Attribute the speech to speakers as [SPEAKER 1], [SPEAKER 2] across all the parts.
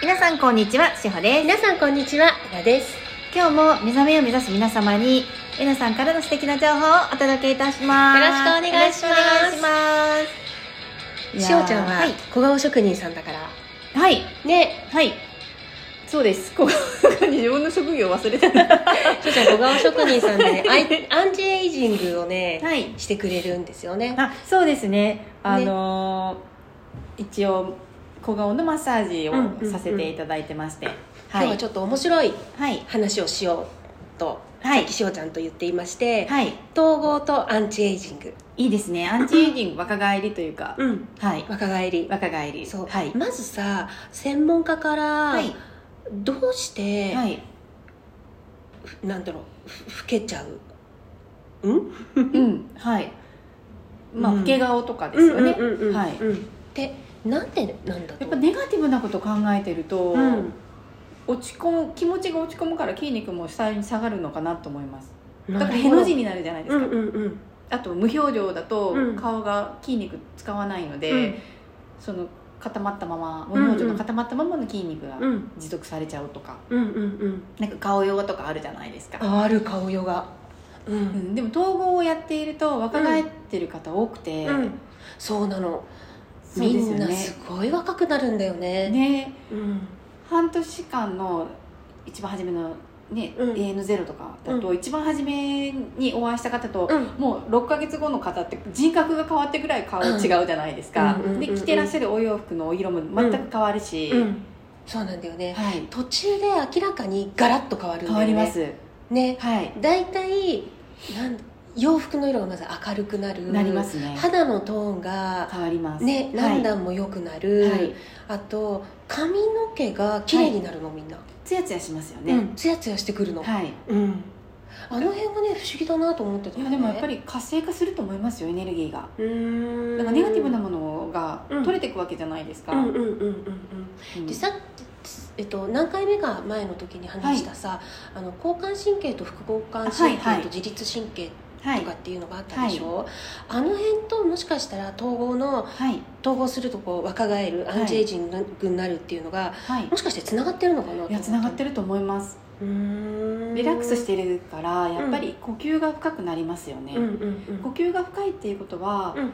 [SPEAKER 1] 皆さんこんにちは、しほです。
[SPEAKER 2] 皆さんこんにちは、えなです。
[SPEAKER 1] 今日も目覚めを目指す皆様に、えなさんからの素敵な情報をお届けいたします。
[SPEAKER 2] よろしくお願いします
[SPEAKER 1] よろくお願いしますいやー
[SPEAKER 2] しおちゃんは
[SPEAKER 1] はい。
[SPEAKER 2] 小顔職人さんだから。
[SPEAKER 1] はい。
[SPEAKER 2] ね、
[SPEAKER 1] はいそうです。ここに自分の職業忘れてた。
[SPEAKER 2] しおちゃん小顔職人さ んでね、アイアンチエイジングをね、
[SPEAKER 1] はい。
[SPEAKER 2] してくれるんですよね。
[SPEAKER 1] あ、そうですね。あのー一応、小顔のマッサージ
[SPEAKER 2] うんうんう
[SPEAKER 1] を
[SPEAKER 2] ん
[SPEAKER 1] させていただいてまして。
[SPEAKER 2] 今日はちょっと面白い
[SPEAKER 1] はい。
[SPEAKER 2] 話をしようと、
[SPEAKER 1] はい
[SPEAKER 2] さっきしおちゃんと言っていまして、
[SPEAKER 1] はい。
[SPEAKER 2] 統合とアンチエイジング。
[SPEAKER 1] いいですね。アンチエイジング若返りというか。
[SPEAKER 2] うん。
[SPEAKER 1] はい。
[SPEAKER 2] 若返り。
[SPEAKER 1] 若返り。
[SPEAKER 2] そう、
[SPEAKER 1] はい。
[SPEAKER 2] まずさ、専門家から
[SPEAKER 1] は、い。
[SPEAKER 2] どうして、
[SPEAKER 1] はい。
[SPEAKER 2] なんだろう、ふ老けちゃう。ん
[SPEAKER 1] うん。はい。まあ、
[SPEAKER 2] うん
[SPEAKER 1] 老け顔とかですよね。
[SPEAKER 2] うんうんうんうん
[SPEAKER 1] はい
[SPEAKER 2] うんでなんでなんだと
[SPEAKER 1] やっぱネガティブなことを考えてると、
[SPEAKER 2] うん
[SPEAKER 1] 落ち込む気持ちが落ち込むから筋肉も下に下がるのかなと思いますだ
[SPEAKER 2] な
[SPEAKER 1] か
[SPEAKER 2] る
[SPEAKER 1] ら
[SPEAKER 2] ほど
[SPEAKER 1] への字になるじゃないで
[SPEAKER 2] う
[SPEAKER 1] す
[SPEAKER 2] ん
[SPEAKER 1] か、
[SPEAKER 2] うんうん
[SPEAKER 1] あと無表情だと
[SPEAKER 2] うん
[SPEAKER 1] 顔が筋肉使わないので、その固まったまま
[SPEAKER 2] う
[SPEAKER 1] 無
[SPEAKER 2] んうん
[SPEAKER 1] 表情の固まったままの筋肉が
[SPEAKER 2] うん
[SPEAKER 1] 持続されちゃうとか、
[SPEAKER 2] うんうんうん
[SPEAKER 1] なんか顔ヨガとかあるじゃないですか、
[SPEAKER 2] ある顔ヨガう
[SPEAKER 1] うんん、でも統合をやっていると若返ってる方多くて、
[SPEAKER 2] うんそうなの
[SPEAKER 1] そう
[SPEAKER 2] み
[SPEAKER 1] です
[SPEAKER 2] ん
[SPEAKER 1] よ
[SPEAKER 2] な
[SPEAKER 1] ね
[SPEAKER 2] すごい若くなるんだよね
[SPEAKER 1] ね
[SPEAKER 2] うん
[SPEAKER 1] 半年間の一番初めのね、
[SPEAKER 2] うん
[SPEAKER 1] AN0 とかだと、
[SPEAKER 2] う
[SPEAKER 1] 一番初めにお会いした方と、
[SPEAKER 2] うん
[SPEAKER 1] もう6ヶ月後の方って人格が変わってぐらい顔違うじゃないですか、
[SPEAKER 2] うんうんうんうん
[SPEAKER 1] で着てらっしゃるお洋服のお色も全く変わるし、
[SPEAKER 2] うんそうなんだよね
[SPEAKER 1] はい、
[SPEAKER 2] 途中で明らかにガラッと変わるんだ
[SPEAKER 1] 変
[SPEAKER 2] よね
[SPEAKER 1] わります、
[SPEAKER 2] ね
[SPEAKER 1] はい、
[SPEAKER 2] だいたいなん洋服の色がまず明るくなる
[SPEAKER 1] なりますね
[SPEAKER 2] 肌のトーンが
[SPEAKER 1] 変わります
[SPEAKER 2] ね何段も良くなる、
[SPEAKER 1] はい、はい、
[SPEAKER 2] あと髪の毛が綺麗になるの、みんな、
[SPEAKER 1] ツヤツヤしますよね、
[SPEAKER 2] ね、ツヤツヤしてくるの、
[SPEAKER 1] はい
[SPEAKER 2] うんあの辺がね不思議だなと思ってた
[SPEAKER 1] い
[SPEAKER 2] の
[SPEAKER 1] や
[SPEAKER 2] ね、
[SPEAKER 1] でもやっぱり活性化すると思いますよエネルギーが
[SPEAKER 2] うーん
[SPEAKER 1] だからネガティブなものが
[SPEAKER 2] うん
[SPEAKER 1] 取れていくわけじゃないですか、
[SPEAKER 2] うんうんうんうんうん
[SPEAKER 1] うん
[SPEAKER 2] でさっきえっと、何回目か前の時に話したさ、あの交感神経と副交感神
[SPEAKER 1] はいは
[SPEAKER 2] 経
[SPEAKER 1] い
[SPEAKER 2] と自律神経
[SPEAKER 1] は
[SPEAKER 2] と
[SPEAKER 1] い
[SPEAKER 2] かっていうのがあったでしょ、あの辺ともしかしたら統合の
[SPEAKER 1] はい
[SPEAKER 2] 統合するとこう若返る
[SPEAKER 1] はい
[SPEAKER 2] アンチエイジングになるっていうのが、
[SPEAKER 1] はい
[SPEAKER 2] もしかしてつながってるのかなと思
[SPEAKER 1] いやつながってると思います
[SPEAKER 2] うーん
[SPEAKER 1] リラックスしてるからやっぱり呼吸が深くなりますよね、
[SPEAKER 2] うんうんうん
[SPEAKER 1] 呼吸が深いっていうことは、
[SPEAKER 2] うん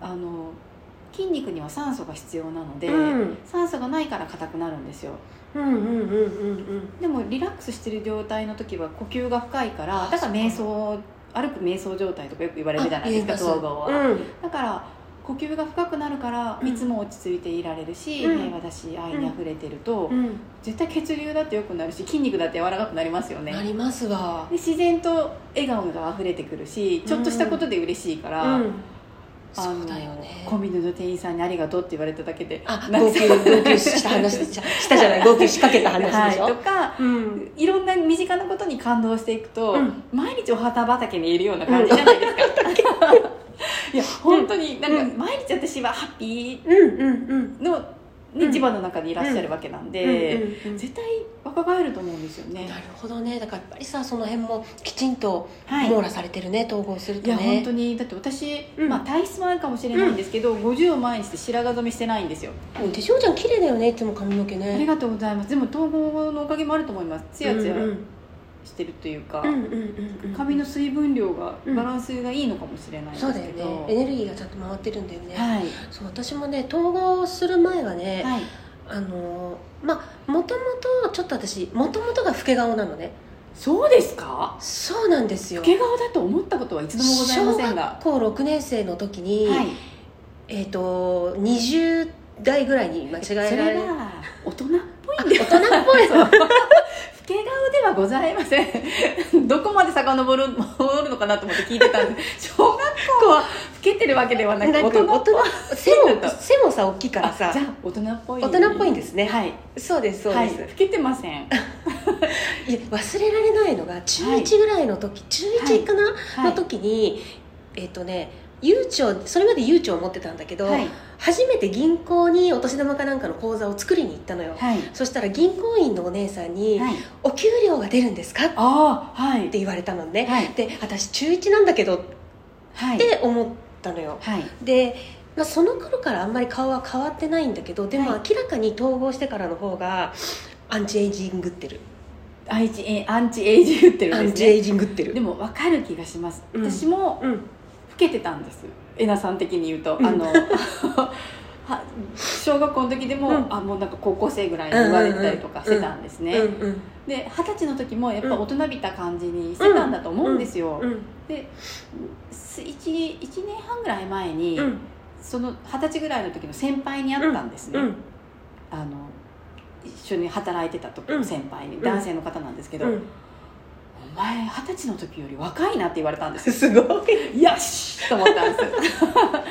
[SPEAKER 1] あの筋肉には酸素が必要なので、
[SPEAKER 2] うん
[SPEAKER 1] 酸素がないから硬くなるんですよ
[SPEAKER 2] うんうんうんうん
[SPEAKER 1] でもリラックスしてる状態の時は呼吸が深いからだから瞑想歩く瞑想状態とかよく言われるじゃないですか
[SPEAKER 2] あ言います
[SPEAKER 1] 統合は、
[SPEAKER 2] うん
[SPEAKER 1] だから呼吸が深くなるから
[SPEAKER 2] うん
[SPEAKER 1] いつも落ち着いていられるし、
[SPEAKER 2] うん
[SPEAKER 1] 平和だし愛にあふれてると、
[SPEAKER 2] うん
[SPEAKER 1] 絶対血流だって良くなるし筋肉だって柔らかくなりますよね
[SPEAKER 2] なりますわ
[SPEAKER 1] で自然と笑顔が溢れてくるしちょっとしたことで嬉しいから、
[SPEAKER 2] うん
[SPEAKER 1] あの
[SPEAKER 2] そうだよね
[SPEAKER 1] コンビニの店員さんに「ありがとう」って言われただけで
[SPEAKER 2] あ
[SPEAKER 1] なん
[SPEAKER 2] 号
[SPEAKER 1] か
[SPEAKER 2] 泣号泣した話でししたじゃない号泣しかけた話でしょ、
[SPEAKER 1] はい、とか
[SPEAKER 2] うん
[SPEAKER 1] いろんな身近なことに感動していくと、
[SPEAKER 2] うん
[SPEAKER 1] 毎日お旗畑にいるような感じじゃないですか、いや本当になんか、
[SPEAKER 2] うん
[SPEAKER 1] 毎日私はハッピ
[SPEAKER 2] うんうんうん
[SPEAKER 1] ーの、ね
[SPEAKER 2] うん
[SPEAKER 1] 磁場の中にいらっしゃるわけなんで、
[SPEAKER 2] うんうん
[SPEAKER 1] 絶対若返ると思うんですよね
[SPEAKER 2] なるほどねだからやっぱりさその辺もきちんと
[SPEAKER 1] はい
[SPEAKER 2] 網羅されてるね、統合する
[SPEAKER 1] い
[SPEAKER 2] と
[SPEAKER 1] や
[SPEAKER 2] ね
[SPEAKER 1] 本当にだって私、
[SPEAKER 2] うん
[SPEAKER 1] まあ、体質もあるかもしれないんですけど、50を前にして白髪染めしてないんですよ、
[SPEAKER 2] でしょうちゃん綺麗だよねいつも髪の毛
[SPEAKER 1] あり
[SPEAKER 2] ね
[SPEAKER 1] がとうございますでも統合のおかげもあると思いますツヤツヤ
[SPEAKER 2] うん
[SPEAKER 1] してるというか、
[SPEAKER 2] うんうんうんうん
[SPEAKER 1] 髪の水分量が
[SPEAKER 2] うん
[SPEAKER 1] バランスがいいのかもしれないんです
[SPEAKER 2] そうだよ
[SPEAKER 1] けど、
[SPEAKER 2] ねエネルギーがちゃんと回ってるんだよね、
[SPEAKER 1] はい
[SPEAKER 2] そう私もね統合する前はね、
[SPEAKER 1] はい
[SPEAKER 2] あのーまあもともとちょっと私もともとが老け顔なのね
[SPEAKER 1] そうですか
[SPEAKER 2] そうなんですよ
[SPEAKER 1] 老け顔だと思ったことは一度もございませんが
[SPEAKER 2] 小学校6年生の時に、
[SPEAKER 1] はい
[SPEAKER 2] えっ、と20代ぐらいに間
[SPEAKER 1] そ
[SPEAKER 2] 違えられ
[SPEAKER 1] れ
[SPEAKER 2] る
[SPEAKER 1] は大人っぽい
[SPEAKER 2] あ
[SPEAKER 1] ん
[SPEAKER 2] 大
[SPEAKER 1] で
[SPEAKER 2] 人っぽ い
[SPEAKER 1] そう老け顔ではございませんどこまで遡る戻るのかなと思って聞いてた んです小学校は老けてるわけではなく
[SPEAKER 2] なん
[SPEAKER 1] 大
[SPEAKER 2] か
[SPEAKER 1] 人っぽい
[SPEAKER 2] 大人背も背もさ大きいから
[SPEAKER 1] あ
[SPEAKER 2] さ
[SPEAKER 1] じゃあ大人っぽい
[SPEAKER 2] 大人っぽいんですね
[SPEAKER 1] はい
[SPEAKER 2] そうですそう
[SPEAKER 1] は
[SPEAKER 2] で
[SPEAKER 1] い
[SPEAKER 2] す、
[SPEAKER 1] 老けてま せん
[SPEAKER 2] いや忘れられないのが中1ぐらいの時、中1かな、
[SPEAKER 1] はい
[SPEAKER 2] の時にえっ、とね悠長それまで悠長を持ってたんだけど、
[SPEAKER 1] はい
[SPEAKER 2] 初めて銀行にお年玉かなんかの口座を作りに行ったのよ、
[SPEAKER 1] はい
[SPEAKER 2] そしたら銀行員のお姉さんに
[SPEAKER 1] はい
[SPEAKER 2] 「お給料が出るんですか?」っ
[SPEAKER 1] ああはい
[SPEAKER 2] て言われたのね、
[SPEAKER 1] はい
[SPEAKER 2] で私中1なんだけどっ
[SPEAKER 1] はい
[SPEAKER 2] て思ったのよ
[SPEAKER 1] はい
[SPEAKER 2] でまあ、その頃からあんまり顔は変わってないんだけどでも
[SPEAKER 1] はい
[SPEAKER 2] 明らかに統合してからの方がアンチエイジングってる、
[SPEAKER 1] アイチえアンチエイジ言ってる
[SPEAKER 2] ア
[SPEAKER 1] ん
[SPEAKER 2] ン
[SPEAKER 1] で
[SPEAKER 2] チエ
[SPEAKER 1] すね
[SPEAKER 2] イジングってる
[SPEAKER 1] でも分かる気がします、
[SPEAKER 2] うん
[SPEAKER 1] 私も老
[SPEAKER 2] うん
[SPEAKER 1] けてたんですえなさん的に言うと、
[SPEAKER 2] うん
[SPEAKER 1] あの は小学校の時でも、
[SPEAKER 2] うん
[SPEAKER 1] あもうなんか高校生ぐらいに言われてたりとかしてたんですね、
[SPEAKER 2] うんうん
[SPEAKER 1] で二十歳の時もやっぱ大人びた感じにしてたんだと思うんですよ、
[SPEAKER 2] うん
[SPEAKER 1] で 1, 一年半ぐらい前に、
[SPEAKER 2] うん
[SPEAKER 1] その二十歳ぐらいの時の先輩に会ったんですね、
[SPEAKER 2] うん
[SPEAKER 1] あの一緒に働いてた時の先輩に、
[SPEAKER 2] ん
[SPEAKER 1] 男性の方なんですけど、
[SPEAKER 2] うん
[SPEAKER 1] お前二十歳の時より若いなって言われたんですよ
[SPEAKER 2] すごい
[SPEAKER 1] よしと思ったんです 若くなっ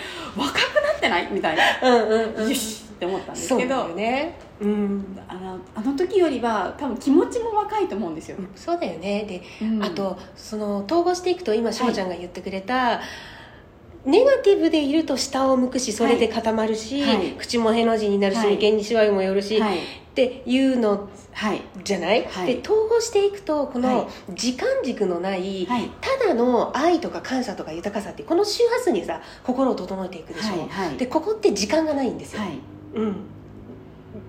[SPEAKER 1] てないみたいな、
[SPEAKER 2] うんうんうん
[SPEAKER 1] よしって思ったんです
[SPEAKER 2] そう
[SPEAKER 1] け
[SPEAKER 2] だよ
[SPEAKER 1] ど
[SPEAKER 2] ねうん
[SPEAKER 1] あのあの時よりは多分気持ちも若いと思うんですよ、
[SPEAKER 2] そうだよねで
[SPEAKER 1] うん
[SPEAKER 2] あとその統合していくと今翔ちゃんが言ってくれた、ネガティブでいると下を向くしそれで固まるし、
[SPEAKER 1] はいはい
[SPEAKER 2] 口もへの字になるし、
[SPEAKER 1] はい
[SPEAKER 2] 眉間にしわも寄るし、
[SPEAKER 1] はい
[SPEAKER 2] っていうの
[SPEAKER 1] はい
[SPEAKER 2] じゃない、
[SPEAKER 1] はい
[SPEAKER 2] で統合していくとこ
[SPEAKER 1] はい
[SPEAKER 2] の時間軸のない、
[SPEAKER 1] はい
[SPEAKER 2] ただの愛とか感謝とか豊かさってこの周波数にさ心を整えていくでしょ、
[SPEAKER 1] はいはい
[SPEAKER 2] でここって時間がないんですよ、
[SPEAKER 1] はい
[SPEAKER 2] うん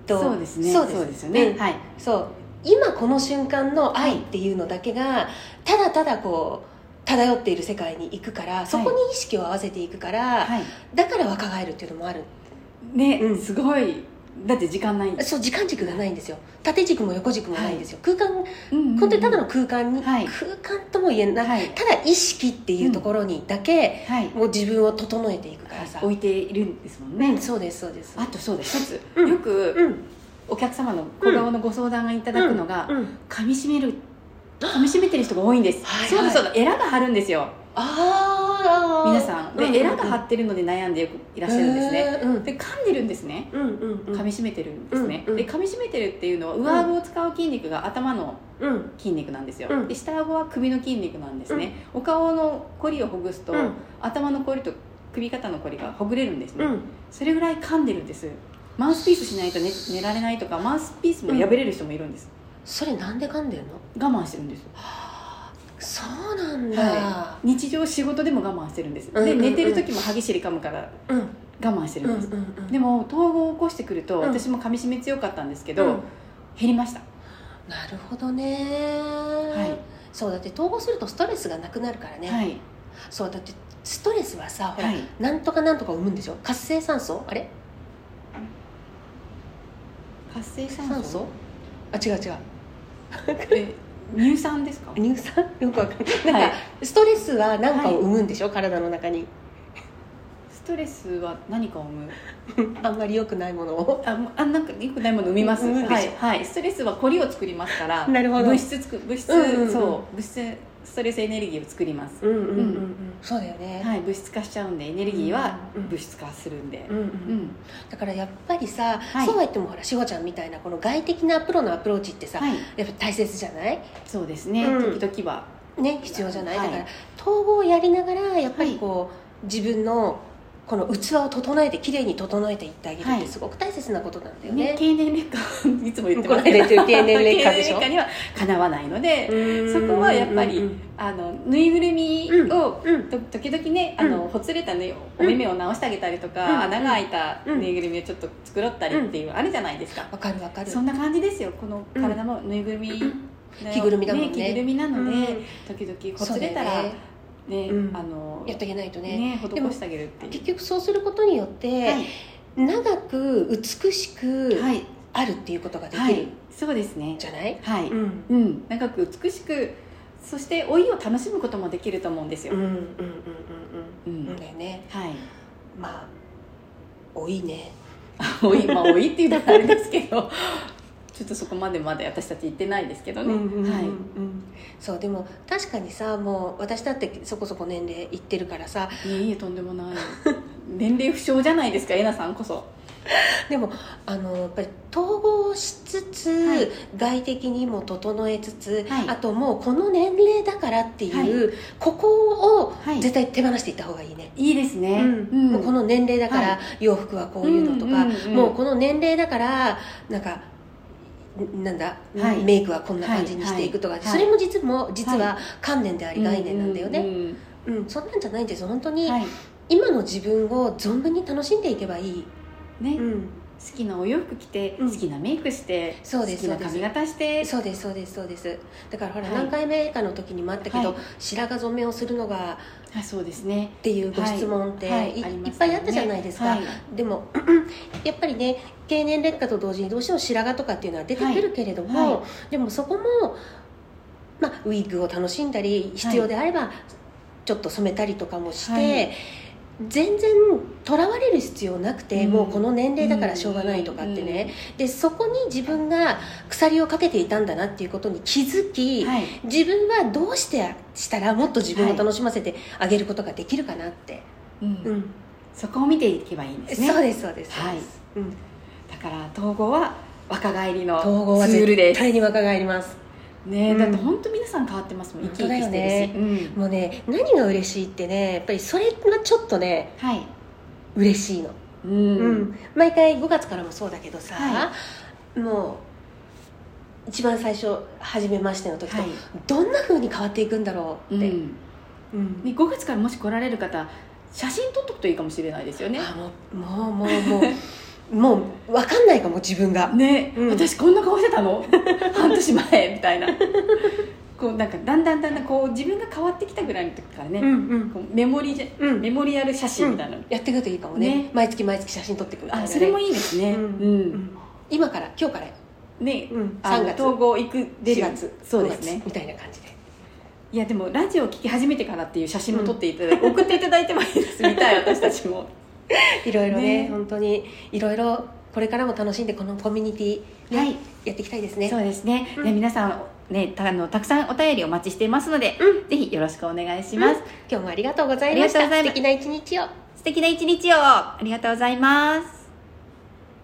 [SPEAKER 2] と
[SPEAKER 1] そうですね
[SPEAKER 2] そうです
[SPEAKER 1] よね、
[SPEAKER 2] うん
[SPEAKER 1] はい
[SPEAKER 2] そう今この瞬間の愛っていうのだけがただただこう漂っている世界に行くからそこに意識を合わせていくから、
[SPEAKER 1] はい
[SPEAKER 2] だから若返るっていうのもある
[SPEAKER 1] ね、
[SPEAKER 2] うん
[SPEAKER 1] すごいだって時間ないんです、
[SPEAKER 2] そう時間軸がないんですよ縦軸も横軸もないんですよ、空間
[SPEAKER 1] うんうんうん
[SPEAKER 2] 本当にただの空間に、
[SPEAKER 1] はい
[SPEAKER 2] 空間とも言えない、
[SPEAKER 1] はい
[SPEAKER 2] ただ意識っていうところにだけ、
[SPEAKER 1] はい
[SPEAKER 2] もう自分を整えていくからさ、
[SPEAKER 1] 置いているんですもんね、
[SPEAKER 2] そうですそうです
[SPEAKER 1] あとそうです一つ、
[SPEAKER 2] うん
[SPEAKER 1] よく
[SPEAKER 2] うん
[SPEAKER 1] お客様の小顔のご相談がいただくのが、
[SPEAKER 2] うんうん
[SPEAKER 1] 噛み締める噛み締めてる人が多いんです、
[SPEAKER 2] はいはい
[SPEAKER 1] そうだそうだエラが張るんですよ
[SPEAKER 2] ああ
[SPEAKER 1] 皆さんで、エラが張
[SPEAKER 2] っ
[SPEAKER 1] ってるので悩んでよくいらっしゃるんですね、
[SPEAKER 2] えーうん
[SPEAKER 1] で噛んでるんですね
[SPEAKER 2] うんうんうん
[SPEAKER 1] 噛み締めてるんですね、
[SPEAKER 2] うんうん
[SPEAKER 1] で噛み締めてるっていうのは上顎を使う筋肉が頭の
[SPEAKER 2] うん
[SPEAKER 1] 筋肉なんですよ、
[SPEAKER 2] うん
[SPEAKER 1] で下顎は首の筋肉なんですね、お顔のこりをほぐすと、
[SPEAKER 2] うん
[SPEAKER 1] 頭のこりと首肩のこりがほぐれるんですね、
[SPEAKER 2] うん
[SPEAKER 1] それぐらい噛んでるんですマウスピースしないと寝寝られないとかマウスピースも破れる人もいるんです、
[SPEAKER 2] それなんで噛んでんの
[SPEAKER 1] 我慢してるんです、
[SPEAKER 2] そうなんだ、
[SPEAKER 1] はい、日常仕事でも我慢してるんです、
[SPEAKER 2] うんうんうん
[SPEAKER 1] で寝てる時も歯ぎしり噛むから
[SPEAKER 2] うん
[SPEAKER 1] 我慢して
[SPEAKER 2] うん
[SPEAKER 1] る
[SPEAKER 2] うん
[SPEAKER 1] です、
[SPEAKER 2] ん
[SPEAKER 1] で
[SPEAKER 2] も
[SPEAKER 1] も統合を起こしてくると、
[SPEAKER 2] うん
[SPEAKER 1] 私も噛み締め強かったんですけど、減りました
[SPEAKER 2] なるほどね、
[SPEAKER 1] はい
[SPEAKER 2] そうだって統合するとストレスがなくなるからね、
[SPEAKER 1] はい
[SPEAKER 2] そうだってストレスはさほら、
[SPEAKER 1] はい
[SPEAKER 2] なんとかなんとか生むんでしょ活性酸素あれ
[SPEAKER 1] 活性酸素
[SPEAKER 2] 酸素あ違う違う
[SPEAKER 1] え乳酸です か
[SPEAKER 2] 乳酸よくわかんないなんか、
[SPEAKER 1] は
[SPEAKER 2] ストレスは何かを生むんでしょ、体の 中に
[SPEAKER 1] ストレスは何かを生む
[SPEAKER 2] あんまり良くないものを
[SPEAKER 1] あもうあなんかよくないもの生みます、
[SPEAKER 2] 生むでしょ
[SPEAKER 1] はい、はい、ストレスはコリを作りますから
[SPEAKER 2] なるほど
[SPEAKER 1] 物質つく物質、
[SPEAKER 2] うんうんうん
[SPEAKER 1] そう物質ストレスエネルギーを作ります、
[SPEAKER 2] うんうん
[SPEAKER 1] うんうん
[SPEAKER 2] そうだよね、
[SPEAKER 1] はい物質化しちゃうんでエネルギーは
[SPEAKER 2] うんうん
[SPEAKER 1] 物質化するんで
[SPEAKER 2] うんうん
[SPEAKER 1] うん、
[SPEAKER 2] だからやっぱりさ、
[SPEAKER 1] はい
[SPEAKER 2] そうは言ってもほら志保ちゃんみたいなこの外的なプロのアプローチってさ、
[SPEAKER 1] はい
[SPEAKER 2] やっぱ大切じゃない
[SPEAKER 1] そうですね、
[SPEAKER 2] うん
[SPEAKER 1] 時々は
[SPEAKER 2] ね必要じゃない、
[SPEAKER 1] はい
[SPEAKER 2] だから統合をやりながらやっぱりこう、自分のこの器を整えてきれいに整えていってあげるっ
[SPEAKER 1] は
[SPEAKER 2] て
[SPEAKER 1] い
[SPEAKER 2] すごく大切なことなんだよ
[SPEAKER 1] ね
[SPEAKER 2] ね、
[SPEAKER 1] 経年劣化いつも言って
[SPEAKER 2] こ
[SPEAKER 1] ま
[SPEAKER 2] の
[SPEAKER 1] すけど
[SPEAKER 2] 間言ってる経年劣化でし
[SPEAKER 1] 経年劣
[SPEAKER 2] ょ
[SPEAKER 1] 化にはかなわないので、
[SPEAKER 2] うん
[SPEAKER 1] そこはやっぱり、
[SPEAKER 2] うん
[SPEAKER 1] あのぬいぐるみ
[SPEAKER 2] うん
[SPEAKER 1] を
[SPEAKER 2] うん
[SPEAKER 1] と時々ねあの、
[SPEAKER 2] う
[SPEAKER 1] ほつれたねお
[SPEAKER 2] うん
[SPEAKER 1] 目目を直してあげたりとか、
[SPEAKER 2] うん
[SPEAKER 1] 穴が開いた
[SPEAKER 2] うん
[SPEAKER 1] ぬいぐるみをちょっと繕ったりっていう、あるじゃないですか、
[SPEAKER 2] わかるわかる
[SPEAKER 1] そんな感じですよこの体もぬいぐるみ、の
[SPEAKER 2] 着ぐるみだもんね
[SPEAKER 1] 着ぐるみなので、
[SPEAKER 2] うん
[SPEAKER 1] 時々ほつれたら
[SPEAKER 2] そうだよ
[SPEAKER 1] ね
[SPEAKER 2] ねうん
[SPEAKER 1] あの
[SPEAKER 2] やってあげないとね
[SPEAKER 1] ね施してあげるっていう
[SPEAKER 2] 結局そうすることによって、長く美しく
[SPEAKER 1] はい、はい
[SPEAKER 2] あるっていうことがで
[SPEAKER 1] は
[SPEAKER 2] き
[SPEAKER 1] い
[SPEAKER 2] る、
[SPEAKER 1] そうですね
[SPEAKER 2] じゃない、
[SPEAKER 1] はい、うん
[SPEAKER 2] ん
[SPEAKER 1] 長く美しくそして老いを楽しむこともできると思うんですよ、
[SPEAKER 2] うんうんうん
[SPEAKER 1] うん
[SPEAKER 2] うんうんだよね
[SPEAKER 1] はい
[SPEAKER 2] まあ多いね
[SPEAKER 1] 老いまあ老いっていうのはあれですけど ちょっとそこまでまで私たち行ってないですけどね、はい
[SPEAKER 2] そうでも確かにさもう私だってそこそこ年齢いってるからさ
[SPEAKER 1] いえいえとんでもない年齢不詳じゃないですかえなさんこそ
[SPEAKER 2] でもあのやっぱり統合しつつ、
[SPEAKER 1] はい
[SPEAKER 2] 外的にも整えつつ、
[SPEAKER 1] はい
[SPEAKER 2] あともうこの年齢だからっていう、ここを
[SPEAKER 1] はい
[SPEAKER 2] 絶対手放していった方がいいね、
[SPEAKER 1] いいですね、
[SPEAKER 2] もうこの年齢だから、
[SPEAKER 1] は
[SPEAKER 2] 洋服はこういうのとか、
[SPEAKER 1] うんうんうん
[SPEAKER 2] もうこの年齢だからなんかんなんだ、
[SPEAKER 1] はい
[SPEAKER 2] メイクはこんな感じにしていくとか、
[SPEAKER 1] はいはい
[SPEAKER 2] それも実も実
[SPEAKER 1] は
[SPEAKER 2] は観念であり概念なんだよね、
[SPEAKER 1] うう
[SPEAKER 2] うん、そんなんじゃないんですよ本当に
[SPEAKER 1] うんはい
[SPEAKER 2] 今の自分を存分に楽しんでいけばいい、
[SPEAKER 1] ね、
[SPEAKER 2] う
[SPEAKER 1] 好
[SPEAKER 2] ん、
[SPEAKER 1] きなお洋服着て、
[SPEAKER 2] うん
[SPEAKER 1] 好きなメイクして
[SPEAKER 2] そうです
[SPEAKER 1] 好きな髪型して
[SPEAKER 2] そうですそうですそうですだからほら、
[SPEAKER 1] はい
[SPEAKER 2] 何回目かの時にもあったけど、
[SPEAKER 1] はい
[SPEAKER 2] 白髪染めをするのが
[SPEAKER 1] あそうですね
[SPEAKER 2] っていうご質問って、
[SPEAKER 1] はい
[SPEAKER 2] い
[SPEAKER 1] ありま
[SPEAKER 2] い
[SPEAKER 1] し
[SPEAKER 2] っぱ
[SPEAKER 1] た
[SPEAKER 2] い
[SPEAKER 1] ね
[SPEAKER 2] あったじゃないですか、
[SPEAKER 1] はい
[SPEAKER 2] でも やっぱりね経年劣化と同時にどうしても白髪とかっていうのは出てくるけれども、
[SPEAKER 1] はいは
[SPEAKER 2] でもそこも、まあ、ウィッグを楽しんだり必要であればちょっと染めたりとかもして、
[SPEAKER 1] はい
[SPEAKER 2] 全然とらわれる必要なくて、
[SPEAKER 1] うん
[SPEAKER 2] もうこの年齢だからしょうがないとかってね、でそこに自分が鎖をかけていたんだなっていうことに気づき、
[SPEAKER 1] はい
[SPEAKER 2] 自分はどうしてしたらもっと自分を楽しませてあげることができるかなって、
[SPEAKER 1] うん
[SPEAKER 2] うん
[SPEAKER 1] そこを見ていけばいいんですね
[SPEAKER 2] そうですそうです、
[SPEAKER 1] はい
[SPEAKER 2] うん、
[SPEAKER 1] だから統合は若返りのツ
[SPEAKER 2] 統合は
[SPEAKER 1] ール
[SPEAKER 2] 絶
[SPEAKER 1] です
[SPEAKER 2] 対に若返ります
[SPEAKER 1] ね、
[SPEAKER 2] うん
[SPEAKER 1] だって本当皆さん変わってますもん生き生きしてるし、うん
[SPEAKER 2] 本もうね何が嬉しいってねやっぱりそれがちょっとね
[SPEAKER 1] はい
[SPEAKER 2] 嬉しいの、
[SPEAKER 1] うん、
[SPEAKER 2] うん毎回5月からもそうだけどさ、
[SPEAKER 1] は
[SPEAKER 2] もう一番最初初めましての時と、
[SPEAKER 1] はい
[SPEAKER 2] どんな風に変わっていくんだろう
[SPEAKER 1] う
[SPEAKER 2] って、
[SPEAKER 1] ん
[SPEAKER 2] うん
[SPEAKER 1] ね、5月からもし来られる方写真撮っとくといいかもしれないですよね
[SPEAKER 2] あもうもうもうもう もう分かんないかも自分が、
[SPEAKER 1] ね、
[SPEAKER 2] うん
[SPEAKER 1] 私こんな顔してたの 半年前みたいな こうなんかだんだんだんだんこう自分が変わってきたぐらいの時からね、
[SPEAKER 2] んうん
[SPEAKER 1] こうメモリじゃ
[SPEAKER 2] うん
[SPEAKER 1] メモリアル写真みたいな、
[SPEAKER 2] やっていくといいかもね
[SPEAKER 1] ね
[SPEAKER 2] 毎月毎月写真撮っていくみたいな、
[SPEAKER 1] あ
[SPEAKER 2] ね、
[SPEAKER 1] それもいいですねう
[SPEAKER 2] うんん、今から今日から、
[SPEAKER 1] ね、
[SPEAKER 2] うん、
[SPEAKER 1] あ
[SPEAKER 2] 3
[SPEAKER 1] の
[SPEAKER 2] 月
[SPEAKER 1] 統合行く
[SPEAKER 2] 4
[SPEAKER 1] 出る
[SPEAKER 2] 月
[SPEAKER 1] そうです
[SPEAKER 2] 5
[SPEAKER 1] ね
[SPEAKER 2] 月みたいな感じで
[SPEAKER 1] いやでもラジオ聞き始めてからっていう写真も撮っていただいて、送っていただいてもいいです見たい私たちも
[SPEAKER 2] いろいろね
[SPEAKER 1] ね
[SPEAKER 2] 本当にいろいろこれからも楽しんでこのコミュニティ、ね
[SPEAKER 1] はい
[SPEAKER 2] やっていきたいですね
[SPEAKER 1] そうですね、
[SPEAKER 2] うん
[SPEAKER 1] で皆さんねたあのたくさんお便りお待ちしていますので、
[SPEAKER 2] う
[SPEAKER 1] ぜひよろしくお願いします、
[SPEAKER 2] 今日もありがとうございました
[SPEAKER 1] ありがとうござい
[SPEAKER 2] 素
[SPEAKER 1] ます
[SPEAKER 2] 敵な一日を
[SPEAKER 1] 素敵な一日をありがとうございます